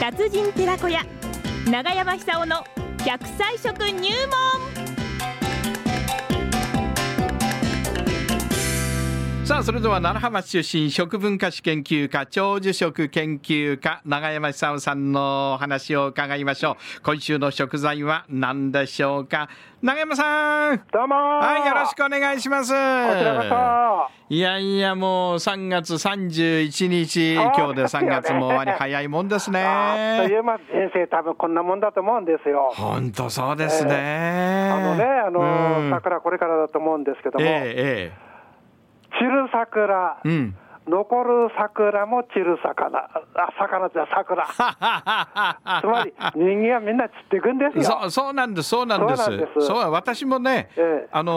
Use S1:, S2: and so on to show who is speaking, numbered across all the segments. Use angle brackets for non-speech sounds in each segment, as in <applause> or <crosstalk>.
S1: 達人寺子屋長山久夫の百歳食入門
S2: さあそれでは楢葉町出身食文化史研究家長寿食研究家永山久夫さんのお話を伺いましょう今週の食材は何でしょうか永山さん
S3: どうも
S2: はいよろしくお願いします
S3: こちらこそ。
S2: いやいやもう3月31日
S3: あー
S2: 今日で3月も終わり早いもんです
S3: あっとい
S2: ね
S3: う間、人生多分こんなもんだと思うんですよ。
S2: 本当そうですね、
S3: あのね、あの、
S2: うん
S3: 桜これからだと思うんですけども、
S2: ええ
S3: 散る桜、
S2: ええうん
S3: 残る桜も散る魚、あ、魚じ
S2: <laughs>
S3: ゃ桜。つまり、人間はみんな散っていくんですよ。
S2: そうそうなんです、そうなんです。そ
S3: そううなんです
S2: 私もね、
S3: ええ
S2: あの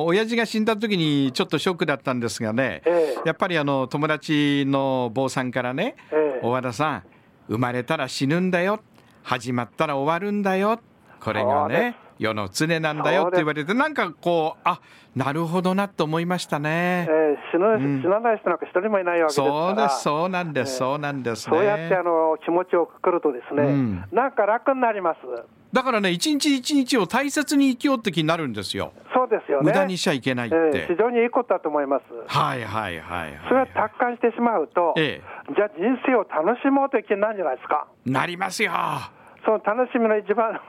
S2: ー親父が死んだ時にちょっとショックだったんですがね、
S3: ええ
S2: やっぱりあの友達の坊さんからね、
S3: ええ
S2: 小和田さん、生まれたら死ぬんだよ、始まったら終わるんだよ、これが
S3: そうで
S2: ね、世の常なんだよって言われて、なんかこう、あなるほどなと思いましたね。
S3: えー死ぬ、死なない人なんか一人もいないわけですから。
S2: そうです、そうなんです、そうなんですね。
S3: そうやってあの気持ちをくくるとですね、
S2: うん
S3: なんか楽になります。
S2: だからね、一日一日を大切に生きようって気になるんですよ。
S3: そうですよね。
S2: 無駄にしちゃいけないって。
S3: えー非常にいいことだと思います。
S2: はいはいはいはい。
S3: それを達観してしまうと、
S2: え
S3: じゃあ人生を楽しもうという気になるんじゃないですか。
S2: なりますよ。
S3: その楽しみの一番、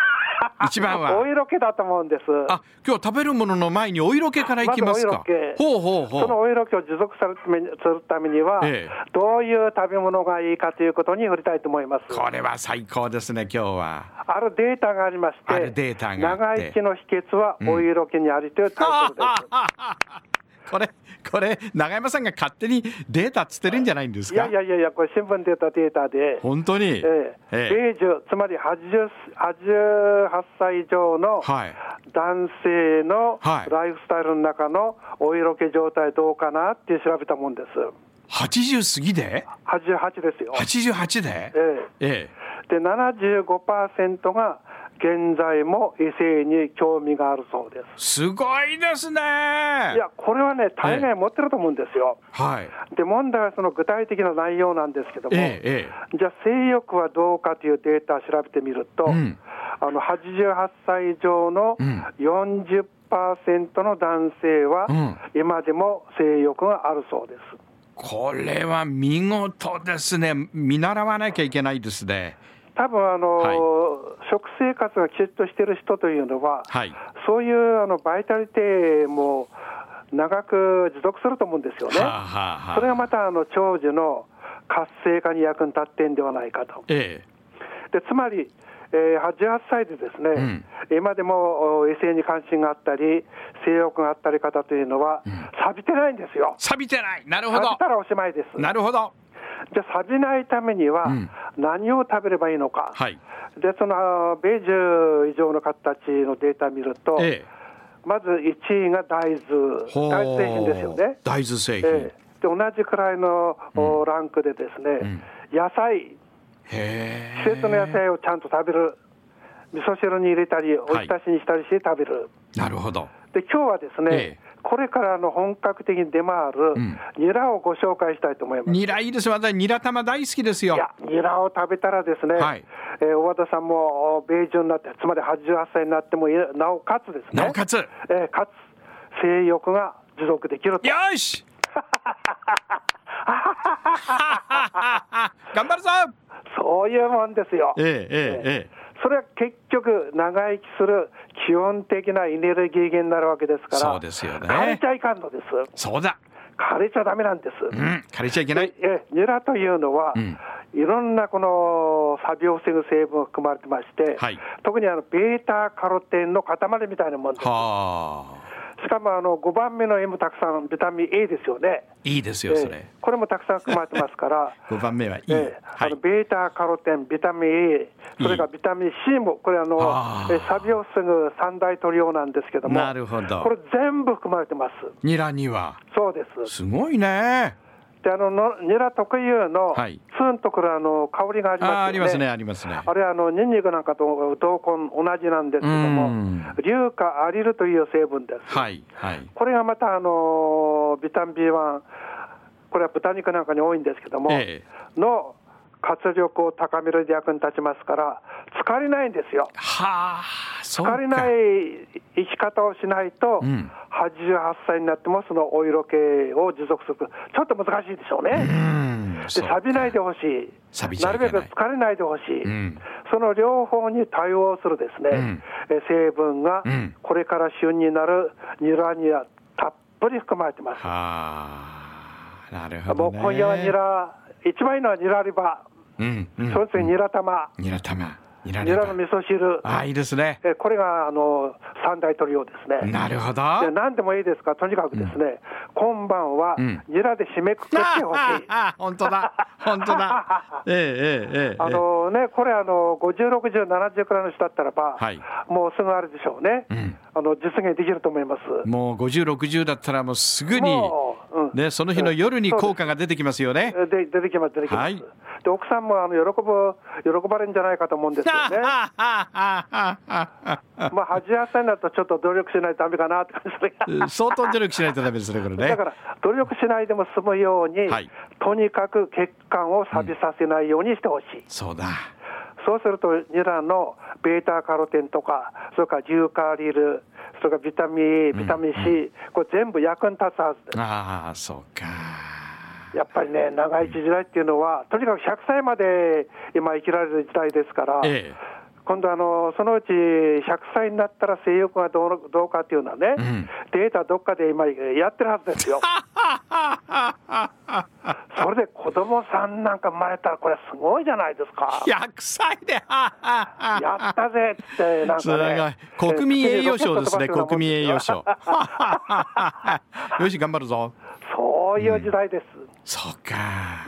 S2: <laughs> 一番
S3: <laughs> お
S2: は。
S3: 色気だと思うんです。
S2: あ、今日食べるものの前にお色気からいきますか
S3: まずお色。気
S2: ほうほう
S3: その
S2: ほう。
S3: お色気を持続されるためにするためには、
S2: ええ
S3: どういう食べ物がいいかということに振りたいと思います。
S2: これは最高ですね、今日は。
S3: あるデータがありまし
S2: ある
S3: て、
S2: データがあっ
S3: 長
S2: て
S3: 生きの秘訣はお色気にありというタイトルです。
S2: これ、これ、長山さんが勝手にデータつってるんじゃないん <laughs> です
S3: いや
S2: か
S3: い。やいやいや、これ新聞データデータで、
S2: 本当に。
S3: ええ
S2: ええ
S3: 米寿、つまり80 88歳以上の
S2: はい。
S3: 男性の
S2: はい
S3: ライフスタイルの中のお色気状態どうかなって調べたもんです。
S2: 80過ぎで
S3: 88ですよ。
S2: ?88 で
S3: え
S2: ええ。
S3: え、で、75%が現在も異性に興味があるそうです。
S2: すごいですね。
S3: いや、これはね、大概持ってると思うんですよ。
S2: はい。
S3: で、問題はその具体的な内容なんですけども、
S2: ええ、ええ。
S3: じゃあ性欲はどうかというデータを調べてみると、
S2: うん
S3: あの88歳以上の
S2: うん
S3: 40%の男性は、今でも性欲があるそうです。
S2: これは見事ですね。見習わなきゃいけないですね。
S3: 多分あの、
S2: はい
S3: 食生活がきちっとしてる人というのは、
S2: はい。
S3: そういうあのバイタリティも長く持続すると思うんですよね。
S2: はあ、はあはあ、
S3: それがまたあの長寿の活性化に役に立ってんではないかと。
S2: え
S3: でつまり、えー88歳でですね、今でもお衛生に関心があったり、性欲があったり方というのは、錆びてないんですよ。
S2: 錆びてない。なるほ
S3: 錆
S2: ど
S3: び。たらおしまいです。じ
S2: なるほど。
S3: ゃあ、錆びないためには、何を食べればいいのか、
S2: はい。
S3: でその米寿以上の方たちのデータを見ると、
S2: え
S3: まず1位が大豆、
S2: え。
S3: 大豆製品ですよね。
S2: 大豆製品。
S3: ええで同じくらいの、おランクでですね、野菜、
S2: へえ。
S3: 季節の野菜をちゃんと食べる、味噌汁に入れたり、お
S2: はい
S3: ひたしにしたりして食べる、
S2: なるほど。
S3: で今日はで
S2: え
S3: す
S2: え
S3: ね、これからの本格的に出回るニラをご紹介したいと思います。
S2: ニラいいです。私ニラ玉大好きです
S3: い
S2: よ。
S3: やニラを食べたらですね、
S2: はい
S3: えー大和田さんもお米寿になって、つまり88歳になってもいなおかつですね、
S2: なおかつ。よ
S3: えーかつ性欲が持続できると、
S2: ー
S3: <laughs>
S2: し。頑張るぞ。
S3: そういうもんですよ。
S2: ええええええ。
S3: それは結局、長生きする基本的なエネルギー源になるわけですから、
S2: そうですよね
S3: 枯れちゃいかんのです。
S2: そうだ。
S3: 枯れちゃダメなんです。
S2: うん。借りちゃいけない
S3: で。えニラというのは、いろんなこの錆を防ぐ成分が含まれてまして、
S2: はい
S3: 特にあのベータカロテンの塊みたいなもんです。
S2: はあ。
S3: しかもあの5番目の M たくさん、ビタミン A ですよね。
S2: いいですよそれ
S3: え。これもたくさん含まれてますから。
S2: 五番目 <laughs> はいい。
S3: ええ
S2: は
S3: あの
S2: い。
S3: ベータカロテン、ビタミン A、それからビタミン C も、これあの、
S2: あー
S3: えサビを防ぐ三大塗料なんですけども、
S2: なるほど
S3: これ全部含まれてます。
S2: ニラには。
S3: そうです。
S2: すごいね。
S3: で、あののニラ特有の、
S2: はい
S3: ツンとくるあの香りがありますよね。
S2: あーありますねありますね
S3: あれあのニンニクなんかと同根同じなんですけど
S2: う
S3: も
S2: ん、
S3: 硫化アリルという成分です。
S2: はいはい。
S3: これがまた、あのービタミン B1、これは豚肉なんかに多いんですけども、
S2: え
S3: の活力を高める役に立ちますから、疲れないんですよ。
S2: はあ、そうか。
S3: 疲れない生き方をしないと、
S2: うん
S3: 88歳になってもそのお色気を持続する、ちょっと難しいでしょう
S2: う
S3: ね。
S2: ん、
S3: で、錆びないでほしい。
S2: 錆びちゃ
S3: ない
S2: け
S3: る
S2: な
S3: べ
S2: い
S3: く疲れないでほしい、
S2: うん
S3: その両方に対応するですね、
S2: うん
S3: えー成分が
S2: うん
S3: これから旬になるニラにはたっぷり含まれてます。
S2: はあ、なるほど、
S3: もう
S2: ね。
S3: 今夜はニラ、一番いいのはニラリバ、
S2: うん、うん。
S3: そしてニラ玉、
S2: ニラ玉。ニラ
S3: ニ
S2: レバ
S3: ラの味噌汁、
S2: ああ、いいですね。
S3: えーこれがあの三大取りようですね。
S2: なるほど。
S3: で何でもいいですが、とにかくですね、今晩は
S2: うん
S3: ニラで締めくくってほしい。
S2: あああ <laughs> 本当だ。本当
S3: <laughs>
S2: だ。ええええええ。
S3: あのね、これあの、50、60、70くらいの人だったらば、
S2: はい
S3: もうすぐあれでしょうね、
S2: うん
S3: あの実現できると思います。
S2: もう50、60だったらもうすぐに、
S3: もううん
S2: ね、その日の夜に効果が出てきますよね。
S3: で出てきます、出てきます。
S2: はい
S3: で奥さんもあの喜ぶ喜ばれるんじゃないかと思うんですよ
S2: <laughs>
S3: ね。まあ、88歳になると、ちょっと努力しないとだめかなって感じですが
S2: 相当努力しないとダメですね、これ <laughs> ね
S3: だか。ら努力しないでも済むように、
S2: はい
S3: とにかく血管を錆びさせないようにしてほしい、
S2: そうだ。
S3: そうすると、ニラのベータカロテンとか、それから硫化リル、それからビタミン A、ビタミン C、これ全部役に立つはずで
S2: ああ、そうか。
S3: す。やっぱりね、長い時代っていうのは、とにかく100歳まで今生きられる時代ですから、
S2: え
S3: 今度あの、そのうち100歳になったら性欲がどうのどうかっていうのはね、
S2: ん
S3: データどっかで今やってるはずで
S2: <laughs>
S3: すよ。それで子供さんなんか生まれたら、これすごいじゃないですか
S2: え。。100歳で。
S3: やったぜって、なん
S2: す
S3: か、ね、
S2: ごい。国民栄誉賞ですね、
S3: えー
S2: 国民栄誉
S3: <laughs>
S2: 賞。 <laughs> よし、頑張るぞ。
S3: そういう時代です。
S2: そうか。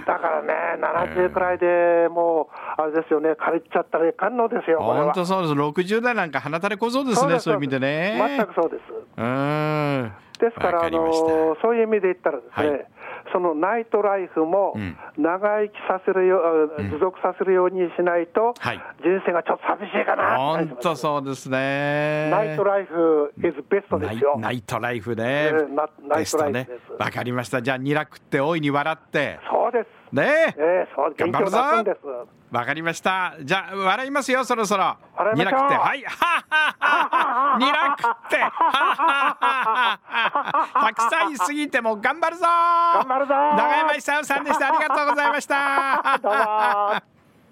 S3: だからね、70くらいでもう、あれですよね、借りちゃったらいかんのですよ、これは
S2: 本当そうです。60代なんか鼻垂れ小僧ですね、そういう意味でね。
S3: 全くそうです。
S2: うーん。
S3: ですから、
S2: わ
S3: あ
S2: りました
S3: のそういう意味で言ったらですね、
S2: はい
S3: そのナイトライフも
S2: うん
S3: 長生きさせるよ、う持続させるようにしないと、
S2: はい
S3: 人生がちょっと寂しいかなって
S2: 本当そうですね。
S3: ナイトライフ is ベストで
S2: ナイ
S3: すよ。
S2: ナイトライフね
S3: えー。ナナイトライフです
S2: ベストねわかりました。じゃあ、ニラ食って大いに笑って。
S3: そうです。
S2: ね
S3: ええそう、
S2: 頑
S3: 勉
S2: 張る
S3: 強
S2: ぞ
S3: なすんです。
S2: わかりました。じゃあ、笑いますよ、そろそろ。
S3: 笑い
S2: ニ
S3: ま
S2: ラ
S3: しょう
S2: 食って。はい。ははは
S3: <laughs>
S2: はニラ食って。はははは100歳過ぎても頑張るぞ
S3: 頑張るぞ
S2: 長山久夫さんでした。ありがとうございました。
S3: <laughs> どうも